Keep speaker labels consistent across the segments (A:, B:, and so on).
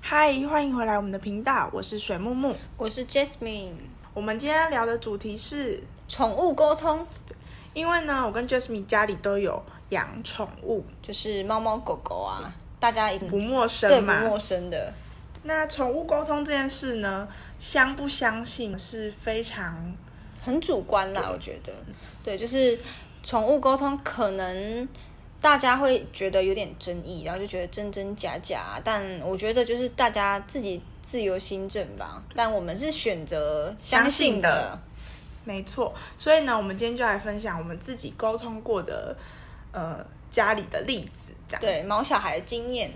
A: 嗨，欢迎回来我们的频道，我是水木木。
B: 我是 Jasmine，
A: 我们今天要聊的主题是，
B: 宠物沟通
A: 因为呢，我跟 Jasmine 家里都有养宠物，
B: 就是猫猫狗狗啊，大家一定
A: 不陌
B: 对
A: 生
B: 不
A: 嘛。
B: 陌生的，
A: 那宠物沟通这件事呢，相不相信是非常
B: 很主观啦，我觉得，对，就是宠物沟通可能。大家会觉得有点争议，然后就觉得真真假假啊、但我觉得就是大家自己自由心证吧。但我们是选择相信的，
A: 没错。所以呢，我们今天就来分享我们自己沟通过的，呃，家里的例子，这样
B: 对毛小孩的经验。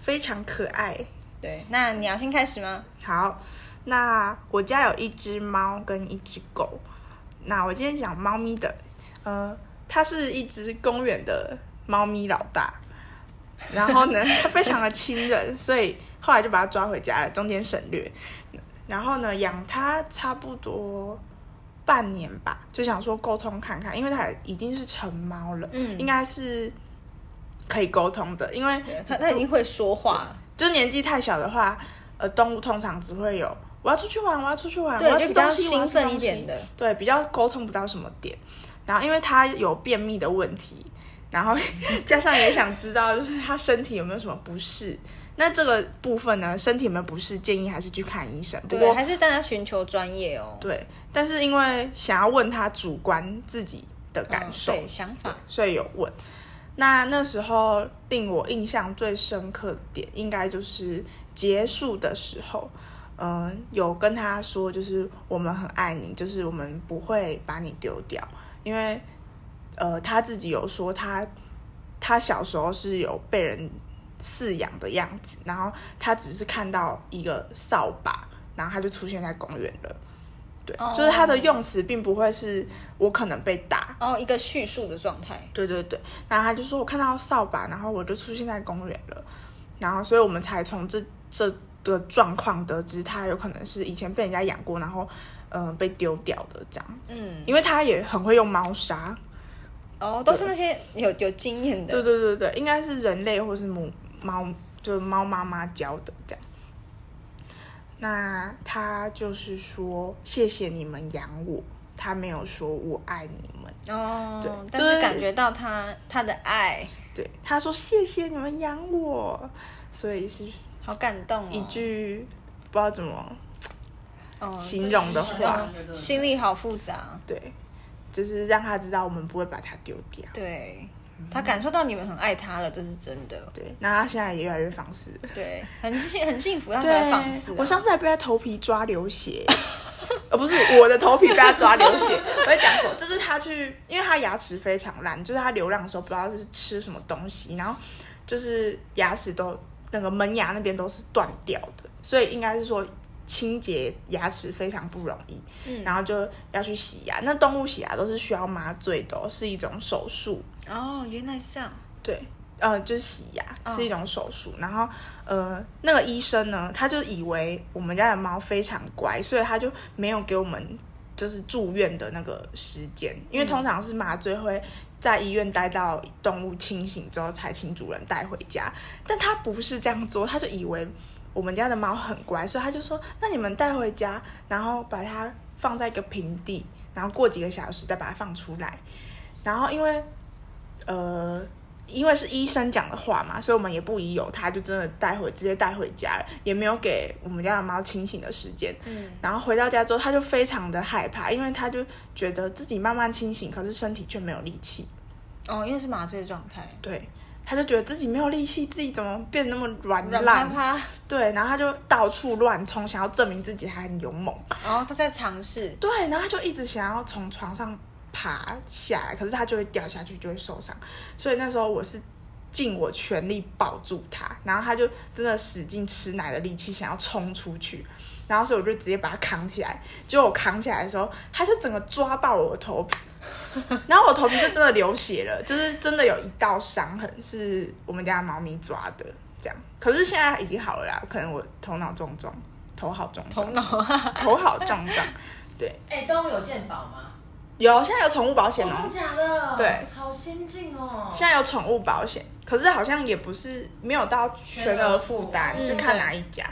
A: 非常可爱。
B: 对，那你要先开始吗？
A: 好，那我家有一只猫跟一只狗。那我今天讲猫咪的，呃，它是一只公园的猫咪老大。然后 呢，它非常的亲人，所以后来就把它抓回家了，中间省略。然后呢，养它差不多半年吧，就想说沟通看看，因为它已经是成猫了，
B: 嗯
A: 应该是可以沟通的，因为
B: 对他他已经会说话了，
A: 就是年纪太小的话，呃，动物通常只会有我要出去玩，我要出去玩，我
B: 对，
A: 要
B: 就
A: 吃
B: 比较
A: 东西，我要
B: 兴
A: 吃
B: 奋一
A: 东
B: 点
A: 西
B: 的。
A: 对，比较沟通不到什么点。然后因为它有便秘的问题，然后加上也想知道就是它身体有没有什么不适。那这个部分呢，身体有没有不适，建议还是去看医生。不
B: 对，
A: 过
B: 还是大家寻求专业哦，
A: 对，但是因为想要问他主观自己的感受，
B: 嗯对想法，
A: 所以有问。那那时候令我印象最深刻的点，应该就是结束的时候，嗯、有跟他说，就是我们很爱你，就是我们不会把你丢掉，因为呃，他自己有说他他小时候是有被人饲养的样子，然后他只是看到一个扫把，然后他就出现在公园了。对
B: 哦
A: 就是他的用词并不会是我可能被打，
B: 然哦后一个叙述的状态，
A: 对对对，然后他就说我看到扫把，然后我就出现在公园了，然后所以我们才从这这个状况得知，他有可能是以前被人家养过，然后嗯、呃被丢掉的这样，
B: 嗯，
A: 因为他也很会用猫砂，
B: 哦，都是那些有有经验
A: 对
B: 的，
A: 对对对，应该是人类或是母猫，就是猫妈妈教的这样。那他就是说谢谢你们养我，他没有说我爱你们。
B: 哦，
A: 对
B: 但
A: 就是是
B: 感觉到他他的爱，
A: 对，他说谢谢你们养我，所以是
B: 好感动哦，
A: 一句不知道怎么
B: 哦
A: 形容的话，
B: 就是心里好复杂，
A: 对，就是让他知道我们不会把他丢掉。
B: 对。他感受到你们很爱他了，这是真的。
A: 对，那他现在也越来越放肆了。
B: 对，很幸很幸福，他才会放肆啊、
A: 对，我上次还被他头皮抓流血， 呃，不是我的头皮被他抓流 血。我在讲什么？就是他去，因为他牙齿非常烂，就是他流浪的时候不知道是吃什么东西，然后就是牙齿都那个门牙那边都是断掉的，所以应该是说清洁牙齿非常不容易。
B: 嗯
A: 然后就要去洗牙。那动物洗牙都是需要麻醉的哦、是一种手术。
B: 哦，原来是这样。
A: 对，呃，就是洗牙
B: 嗯
A: 是一种手术。然后，呃，那个医生呢，他就以为我们家的猫非常乖，所以他就没有给我们就是住院的那个时间，因为通常是麻醉会。在医院待到动物清醒之后，才请主人带回家。但他不是这样做，他就以为我们家的猫很乖，所以他就说：“那你们带回家，然后把它放在一个平地，然后过几个小时再把它放出来。”然后因为呃，因为是医生讲的话嘛，所以我们也不疑有他，就真的带回直接带回家了，也没有给我们家的猫清醒的时间。
B: 嗯，
A: 然后回到家之后，他就非常的害怕，因为他就觉得自己慢慢清醒，可是身体却没有力气。
B: 哦，因为是麻醉的状态，
A: 对，他就觉得自己没有力气，自己怎么变得那么软
B: 软趴
A: 烂？
B: 趴，
A: 对，然后他就到处乱冲，想要证明自己还很勇猛。
B: 然哦后他在 尝试，
A: 对，然后他就一直想要从床上爬下来，可是他就会掉下去，就会受伤。所以那时候我是尽我全力抱住他，然后他就真的使劲吃奶的力气想要冲出去，然后所以我就直接把他扛起来。结果我扛起来的时候，他就整个抓爆我的头皮。 然后我头皮就真的流血了，就是真的有一道伤痕是我们家的猫咪抓的，这样。可是现在已经好了啦，可能我头脑撞撞，头好撞
B: 头
A: 撞，
B: 脑啊，
A: 头好撞撞。
C: 哎、动物有鉴宝吗？
A: 有现在有宠物保险
C: 真的
A: 哦，
C: 假的？
A: 对，
C: 好先进哦。
A: 现在有宠物保险，可是好像也不是没有到全额负担，
B: 嗯
A: 就看哪一家。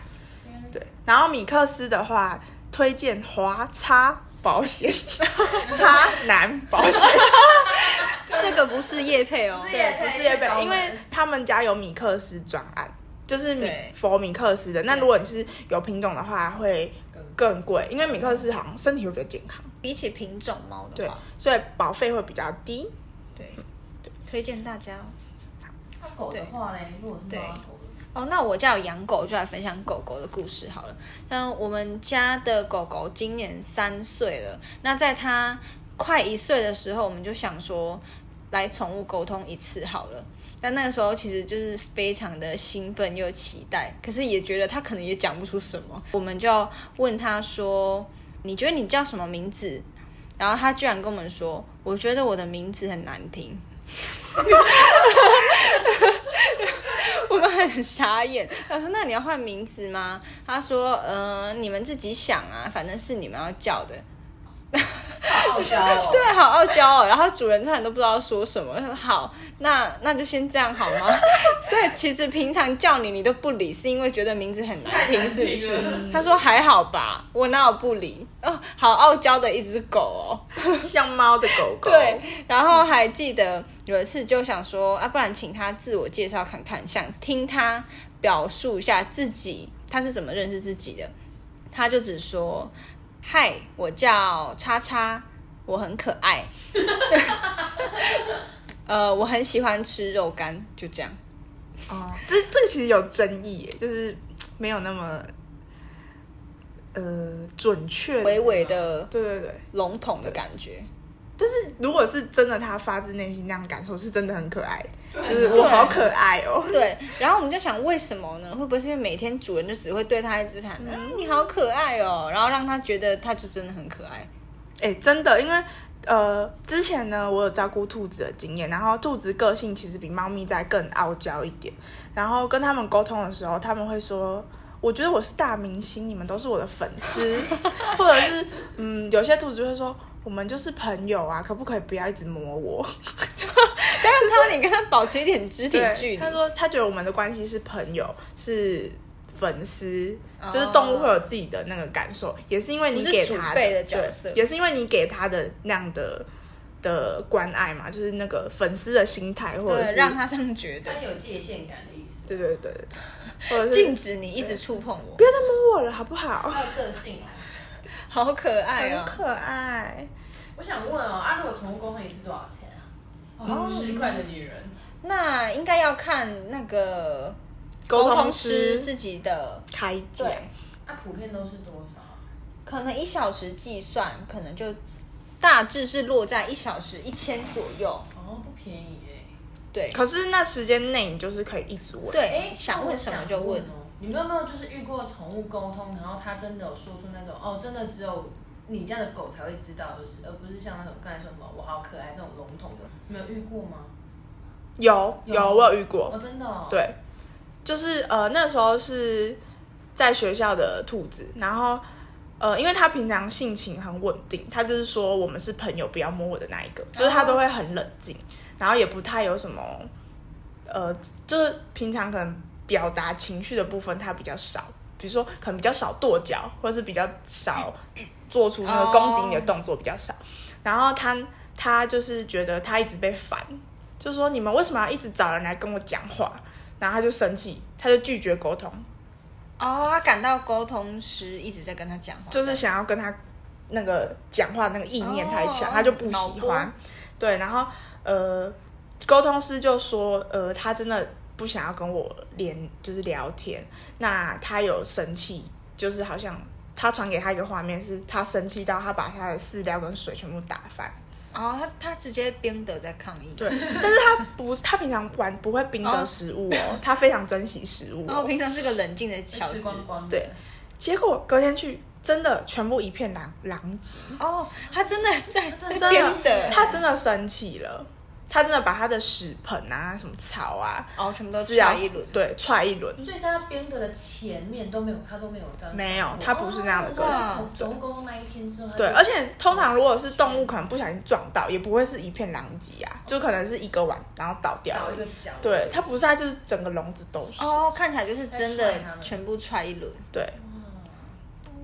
A: 对，然后米克斯的话，推荐华差保险，差男保险，
B: 这个不是叶配哦，
C: 对
A: 对，不是也
C: 找我
A: 北，
C: 们
A: 因为他们家有米克斯专案，就是米
B: 对
A: 佛米克斯的。那如果你是有品种的话，会更贵，因为米克斯好像身体会比较健康，
B: 比起品种猫的
A: 对
B: 话，，
A: 所以保费会比较低。
B: 对，推荐大家哦。
C: 那狗的话嘞，如果是猫啊狗的
B: 哦，那我家有养狗，就来分享狗狗的故事好了。那我们家的狗狗今年三岁了，那在它快一岁的时候，我们就想说来宠物沟通一次好了。但那个时候其实就是非常的兴奋又期待，可是也觉得它可能也讲不出什么。我们就问他说：“你觉得你叫什么名字？”然后他居然跟我们说：“我觉得我的名字很难听。”我们很傻眼。他说：“那你要换名字吗？”他说：“嗯、你们自己想啊，反正是你们要叫的。
C: 好 笑哦。”
B: 对，好傲娇哦。然后主人突然都不知道说什么。他说：“好，那那就先这样好吗？” 所以其实平常叫你你都不理，是因为觉得名字很难听，是不
C: 太
B: 是
C: 难听？
B: 他说：“还好吧，我哪有不理？”哦，好傲娇的一只狗哦。
A: 像猫的狗狗，
B: 对，，然后还记得有一次就想说啊，不然请他自我介绍看看，想听他表述一下自己，他是怎么认识自己的。他就只说：“嗨，我叫叉叉，我很可爱， 呃，我很喜欢吃肉干，就这样。”
A: 哦，这这个其实有争议耶，就是没有那么呃准确。
B: 微
A: 对
B: 微的
A: 对对，
B: 笼统的感觉。
A: 就是如果是真的，他发自内心那样感受，是真的很可爱，
C: 对
A: 就是
B: 对
A: 我好可爱哦。
B: 对，然后我们就想为什么呢？会不会是因为每天主人就只会对他一直喊、啊“你好可爱哦”，然后让他觉得他就真的很可爱。
A: 哎、真的，因为呃，之前呢，我有照顾兔子的经验，然后兔子个性其实比猫咪再更傲娇一点，然后跟他们沟通的时候，他们会说。我觉得我是大明星，你们都是我的粉丝，或者是嗯，有些兔子就会说我们就是朋友啊，可不可以不要一直摸我？
B: 但是他说你跟他保持一点肢体
A: 对，
B: 距离，
A: 他说他觉得我们的关系是朋友，是粉丝，
B: 哦
A: 就是动物会有自己的那个感受，也是因为你
B: 不是
A: 给他
B: 主辈的角
A: 对
B: 色
A: 也是因为你给他的那样的的关爱嘛，就是那个粉丝的心态，或者
B: 对，
A: 是
B: 让他这样觉得
C: 它，有界限感的意思，
A: 对对对，或者是
B: 禁止你一直触碰我
A: 不，要再摸我了，好不好？
C: 它有个性哦。
B: 好可爱
A: 很
B: 哦。
A: 可爱，
C: 我想问哦，啊，如果宠物沟通一次多少钱啊？
B: 哦
C: 十块的女人，
B: 那应该要看那个
A: 沟
B: 通
A: 通
B: 师
A: 师
B: 自己的，
A: 开价
B: 对，
C: 啊，普遍都是多少啊？
B: 可能一小时计算，可能就大致是落在一小时一千左右。
C: 哦，不便宜哎。
B: 对
A: 可是那时间内你就是可以一直问，
B: 对，
C: 哎，
B: 想问什么就问
C: 那我想。哦。你们有没有就是遇过宠物沟通，然后它真的有说出那种哦，真的只有你家的狗才会知道的事，而不是像那种刚才说什么我好可爱这种笼统的，没有遇过吗？
A: 有
C: 有
A: 有我有遇过，
C: 哦，真的、哦。
A: 对，就是呃那时候是在学校的兔子，然后呃因为他平常性情很稳定，他就是说我们是朋友，不要摸我的那一个，就是他都会很冷静，然后也不太有什么呃就是平常可能表达情绪的部分他比较少，比如说可能比较少跺脚，或者是比较少做出那个攻击你的动作比较少，然后他他就是觉得他一直被烦。就说你们为什么要一直找人来跟我讲话？然后他就生气，他就拒绝沟通，
B: 哦，他感到沟通时一直在跟他讲话，
A: 就是想要跟他那个讲话那个意念太强，
B: 哦
A: 他就不喜欢。对，然后呃，沟通师就说，呃，他真的不想要跟我连，就是聊天。那他有生气，就是好像他传给他一个画面，是他生气到他把他的饲料跟水全部打翻。
B: 哦，他他直接边德在抗议，
A: 对，但是他不，他平常玩不会冰
B: 哦
A: 的食物哦，他非常珍惜食物、
B: 然后
A: 哦。
B: 平常是个冷静的小
C: 吃
B: 子
C: 光光的。
A: 对结果隔天去，真的全部一片狼狼藉。
B: 哦，他真的在
C: 他真
B: 在
C: 的
B: 边德，
A: 他真的生气了，他真的把他的屎盆啊、什么草啊，
B: 哦，全部都
A: 是啊
B: 踹一轮，
A: 对，踹一轮。
C: 所以在他编歌的前面都没有，他都没有这样。
A: 没有他不是那样的
B: 歌手
C: 哦就是从沟通那一天之后，他就
A: 对，而且通常如果是动物，可能不小心撞到，也不会是一片狼藉啊，就可能是一个碗然后倒掉
C: 倒
A: 而
C: 一
A: 已
C: 个。角，
A: 对，它不是，它就是整个笼子都是。
B: 哦，看起来就是真
C: 在踹他
B: 的
C: 们
B: 全部踹一轮，
A: 对，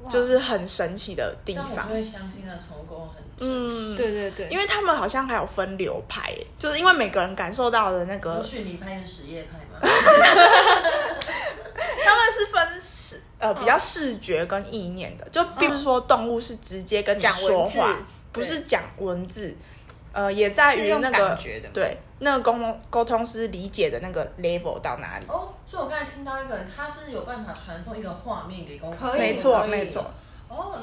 B: 哇
A: 就是很神奇的地
C: 这样我
A: 方
C: 就。会相信那宠物沟通很准。
A: 嗯，
B: 对对对，
A: 因为他们好像还有分流派耶，就是因为每个人感受到的那
C: 不
A: 个，
C: 是你拍的实业派吗？
A: 他们是分视呃比较视觉跟意念的，就并不是说动物是直接跟你
B: 讲
A: 说
B: 文字
A: 话，不是讲文字，呃，也在
B: 是
A: 于
B: 用
A: 那
B: 感
A: 个
B: 觉的，
A: 对那个沟通沟通师理解的那个 level 到哪里。
C: 哦，所以我刚才听到一个，他是有办法传送一个画面给沟通，
B: 可以
A: 没错
B: 可以
A: 没错。
C: 哦，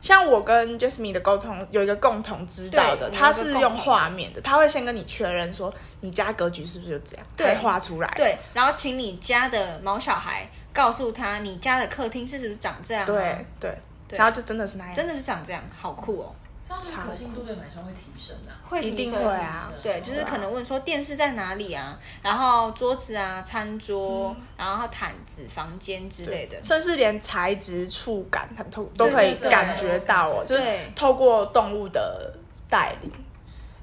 A: 像我跟 Jasmine 的沟通有一个共同知道的，
B: 对
A: 他是用画面的，他会先跟你确认说你家格局是不是就这样，
B: 对
A: 才画出来。
B: 对，然后请你家的毛小孩告诉他，你家的客厅是不是长这样、啊？
A: 对，对，
B: 对
A: 然后就真的是那样，
B: 真的是长这样，好酷哦！
C: 这样子可信度对买双会提升啊。
B: 会
A: 一定
B: 提升
A: 会啊
B: 对，就是
A: 对啊
B: 可能问说电视在哪里啊，然后桌子啊、餐桌，然后毯子、房间之类的
A: 对，甚至连材质、触感，它都都可以
B: 对对
A: 感觉到哦，
C: 对
A: 就是
B: 对
A: 透过动物的带领。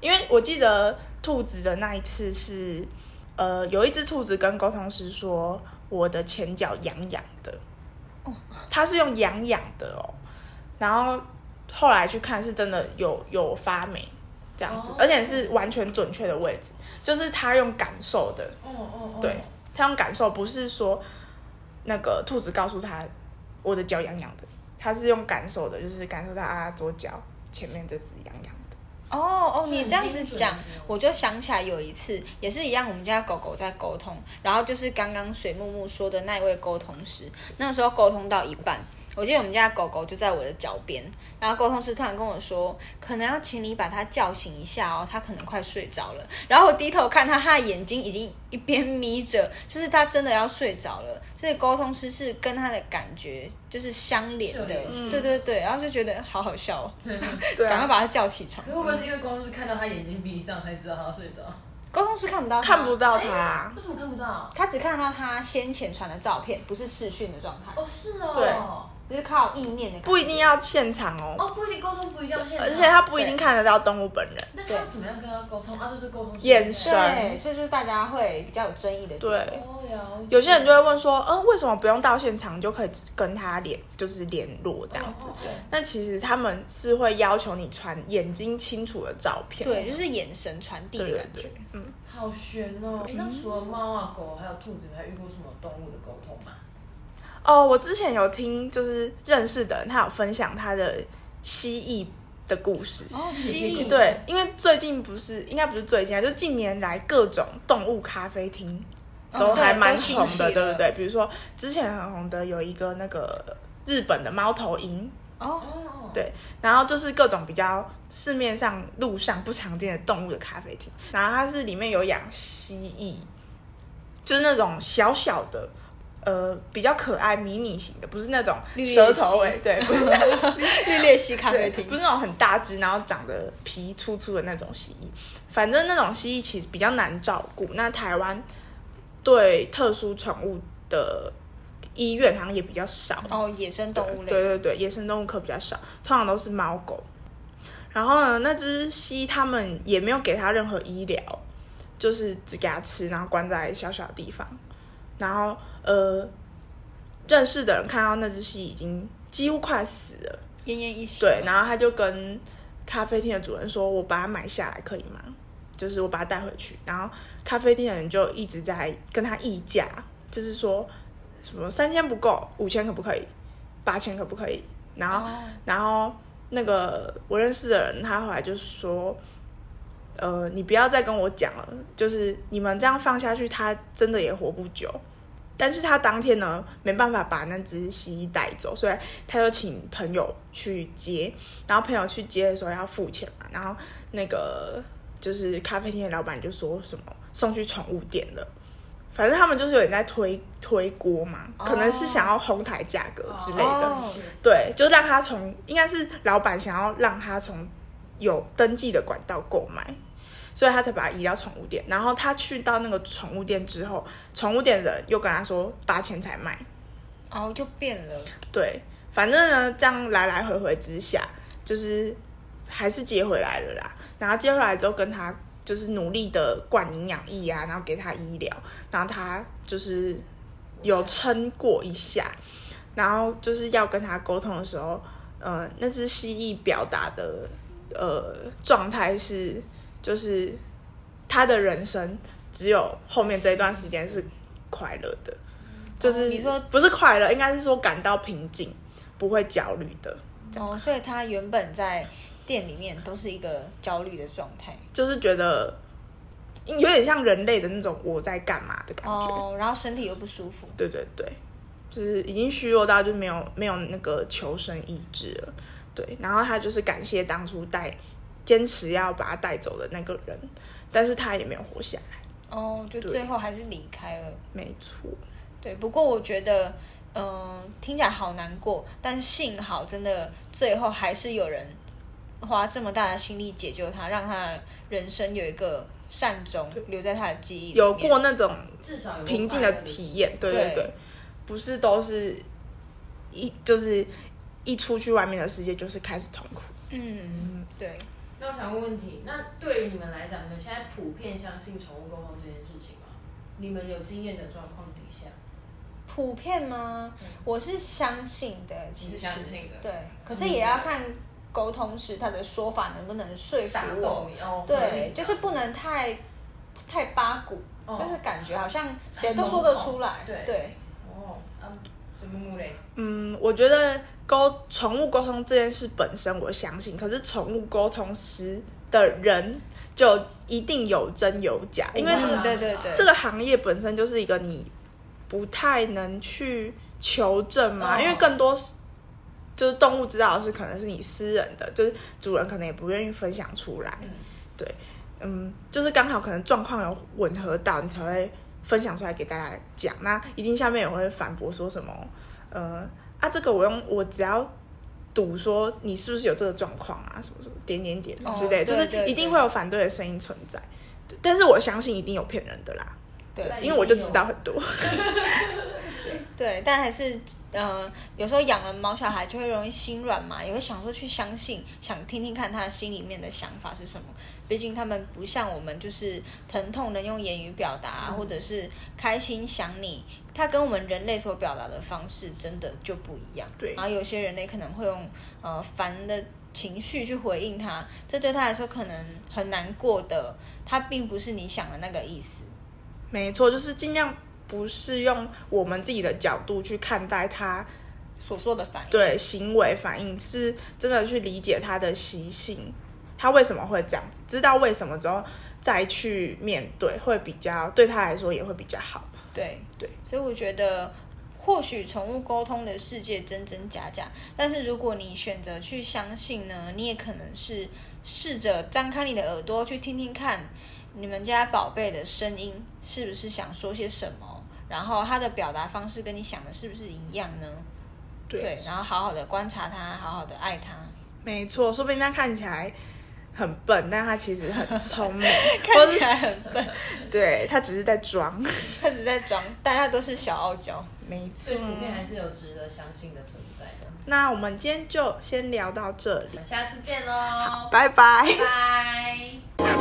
A: 因为我记得兔子的那一次是，呃，有一只兔子跟沟通师说我的前脚痒痒的，它是用痒痒的哦，然后后来去看是真的有有发霉这样子，
C: 哦
A: 而且是完全准确的位置，就是它用感受的，
C: 哦哦哦，
A: 对，他用感受，不是说那个兔子告诉他我的脚痒痒的，他是用感受的，就是感受到啊左脚前面这只痒痒的。
B: 哦哦，
C: 就
B: 你
C: 很
B: 这样
C: 精
B: 子
C: 准的
B: 讲
C: 形容，
B: 我就想起来有一次也是一样，我们家狗狗在沟通，然后就是刚刚水木木说的那一位沟通师，那时候沟通到一半，我记得我们家狗狗就在我的脚边，然后沟通师突然跟我说，可能要请你把它叫醒一下哦，它可能快睡着了。然后我低头看它，它的眼睛已经一边眯着，就是它真的要睡着了。所以沟通师是跟它的感觉就是相连
C: 是
B: 的
C: 有联，
A: 系
B: 对对对，然后就觉得好好笑哦，
A: 嗯对
B: 赶快
A: 啊，
B: 把它叫起床
C: 可。是会不会是因为公司看到他眼睛闭上才知道他要睡着？
B: 沟通师看不到它，
A: 看不到它、
B: 哦
C: 为什么看不到？
B: 他只看到他先前传的照片，不是视讯的状态，
C: 哦，是哦。
A: 对
B: 就是靠意念的感觉。
A: 不一定要现场哦，
C: 哦，不一定沟通不一定要现场。
A: 而且他不一定看得到动物本人。
C: 那他要怎么样跟他沟通啊？就是沟通
A: 眼神
B: 对，所以就是大家会比较有争议的地方。
A: 对，
C: 哦，了解
A: 有些人就会问说，嗯，为什么不用到现场就可以跟他联，就是联络这样子？
C: 哦哦哦
A: 但其实他们是会要求你传眼睛清楚的照片。
B: 对，就是眼神传递
A: 对
B: 的
A: 对
B: 感觉。
A: 对，嗯，
C: 好悬哦！
B: 嗯
C: 哎，那除了猫啊、狗还有兔子，你还遇过什么动物的沟通吗？
A: 哦，我之前有听，就是认识的人，他有分享他的蜥蜴的故事。
B: 哦，蜥蜴，
A: 对，因为最近不是，应该不是最近啊，就近年来各种动物咖啡厅
B: 哦
A: 都
B: 对
A: 还蛮
B: 都兴
A: 红
B: 起
A: 的，对
B: 了
A: 不对？比如说之前很红的有一个那个日本的猫头鹰，
B: 哦，
C: 哦，
A: 对，然后就是各种比较市面上路上不常见的动物的咖啡厅，然后它是里面有养蜥蜴，就是那种小小的。呃，比较可爱迷你型的，不是那种
B: 绿叶
A: 蛇头
B: 蜥
A: 尾， 对，不是
B: 绿鬣蜥咖
A: 对，
B: 啡厅
A: 不。是那种很大只，然后长得皮粗粗的那种蜥蜴。反正那种蜥蜴其实比较难照顾。那台湾对特殊宠物的医院好像也比较少，
B: 哦，野生动物类。
A: 对对对，野生动物科比较少，通常都是猫狗。然后呢，那只蜥蜴他们也没有给它任何医疗，就是只给它吃，然后关在小小的地方。然后呃，认识的人看到那只蜥蜴已经几乎快死了。
B: 奄奄一息。
A: 对，然后他就跟咖啡厅的主人说：“我把它买下来可以吗？就是我把它带回去。”然后咖啡厅的人就一直在跟他议价，就是说什么三千不够，五千可不可以，八千可不可以？然后，
B: 哦
A: 然后那个我认识的人，他后来就说。呃，你不要再跟我讲了，就是你们这样放下去，它真的也活不久。但是他当天呢没办法把那只蜥蜴带走，所以他就请朋友去接，然后朋友去接的时候要付钱嘛，然后那个就是咖啡厅的老板就说什么送去宠物店了，反正他们就是有点在推推锅嘛，
B: 哦
A: 可能是想要哄抬价格之类的，
B: 哦
A: 对，就让他从应该是老板想要让他从有登记的管道购买，所以他才把它移到宠物店。然后他去到那个宠物店之后，宠物店的人又跟他说八千才卖。
B: 哦，就变了。
A: 对，反正呢，这样来来回回之下，就是还是接回来了啦。然后接回来之后，跟他就是努力的灌营养液啊，然后给他医疗，然后他就是有撑过一下。然后就是要跟他沟通的时候，呃，那只蜥蜴表达的呃状态是，就是他的人生只有后面这一段时间是快乐的，就是、
B: 哦你说
A: 不是快乐，应该是说感到平静，不会焦虑的，
B: 哦，所以他原本在店里面都是一个焦虑的状态。
A: 就是觉得嗯有点像人类的那种我在干嘛的感觉。
B: 哦，然后身体又不舒服。
A: 对对对，就是已经虚弱到就没有没有那个求生意志了。对，然后他就是感谢当初带坚持要把他带走的那个人，但是他也没有活下来。
B: 哦，就
A: 对
B: 最后还是离开了。
A: 没错，
B: 对，不过我觉得，嗯、听起来好难过，但幸好真的最后还是有人花这么大的心力解救他，让他的人生有一个善终，留在他的记忆里面。嗯
A: 有过那种
C: 至少有
A: 平静
C: 快
A: 的
C: 乐
A: 体验。对
B: 对
A: 对对，不是都是一就是一出去外面的世界就是开始痛苦。
B: 嗯，对，
C: 那我想问问题，那对于你们来讲，你们现在普遍相信宠物沟通这件事情吗？你们有经验的状况底下，
B: 普遍吗？我是相信的，嗯其
C: 你
B: 实
C: 是相信的
B: 对，可是也要看沟通时他的说法能不能说服
C: 打
B: 我
C: 动。你哦，合
B: 对
C: 理，的
B: 就是不能太太八股，
C: 哦
B: 就是感觉好像谁都说得出来。
C: 对
B: 对，
C: 哦，啊，水木木嘞，
A: 嗯，我觉得沟宠物沟通这件事本身我相信，可是宠物沟通师的人就一定有真有假，因为这
B: 嗯
A: 个
B: 对对对
A: 这个行业本身就是一个你不太能去求证嘛，
C: 嗯
A: 因为更多是就是动物知道的是可能是你私人的，就是主人可能也不愿意分享出来，
C: 嗯
A: 对，嗯，就是刚好可能状况有吻合到，你才会分享出来给大家讲。那一定下面也会反驳说什么，呃，啊，这个我用我只要赌说你是不是有这个状况啊，什么什么点点点
B: 哦
A: 之类的，
B: 对
A: 就
B: 对
A: 是一定
B: 对
A: 会有反对的声音存在。对但是我相信一定有骗人的啦，
B: 对
C: 但
A: 因为我就知道很多。
B: 对，但还是呃，有时候养了毛小孩就会容易心软嘛，也会想说去相信，想听听看他心里面的想法是什么。毕竟他们不像我们，就是疼痛能用言语表达，或
A: 嗯
B: 者是开心想你，他跟我们人类所表达的方式真的就不一样。
A: 对
B: 然后有些人类可能会用呃烦的情绪去回应他，这对他来说可能很难过的，他并不是你想的那个意思。
A: 没错，就是尽量不是用我们自己的角度去看待它
B: 所做的反应，
A: 对行为反应，是真的去理解他的习性，他为什么会这样子，知道为什么之后再去面对，会比较对他来说也会比较好。
B: 对
A: 对，
B: 所以我觉得，或许宠物沟通的世界真真假假，但是如果你选择去相信呢，你也可能是试着张开你的耳朵去听听看，你们家宝贝的声音是不是想说些什么，然后它的表达方式跟你想的是不是一样呢？
A: 对，
B: 对，然后好好的观察它，好好的爱它。
A: 没错，说不定他看起来很笨，但他其实 很聪明，
B: 看 起来很笨，
A: 对他只是在装。
B: 它只是在装，大家都是小傲娇。
A: 没错
C: 所以，普遍还是有值得相信的存在的。
A: 那我们今天就先聊到这里，
C: 下次见喽，
A: 拜拜。
C: 拜。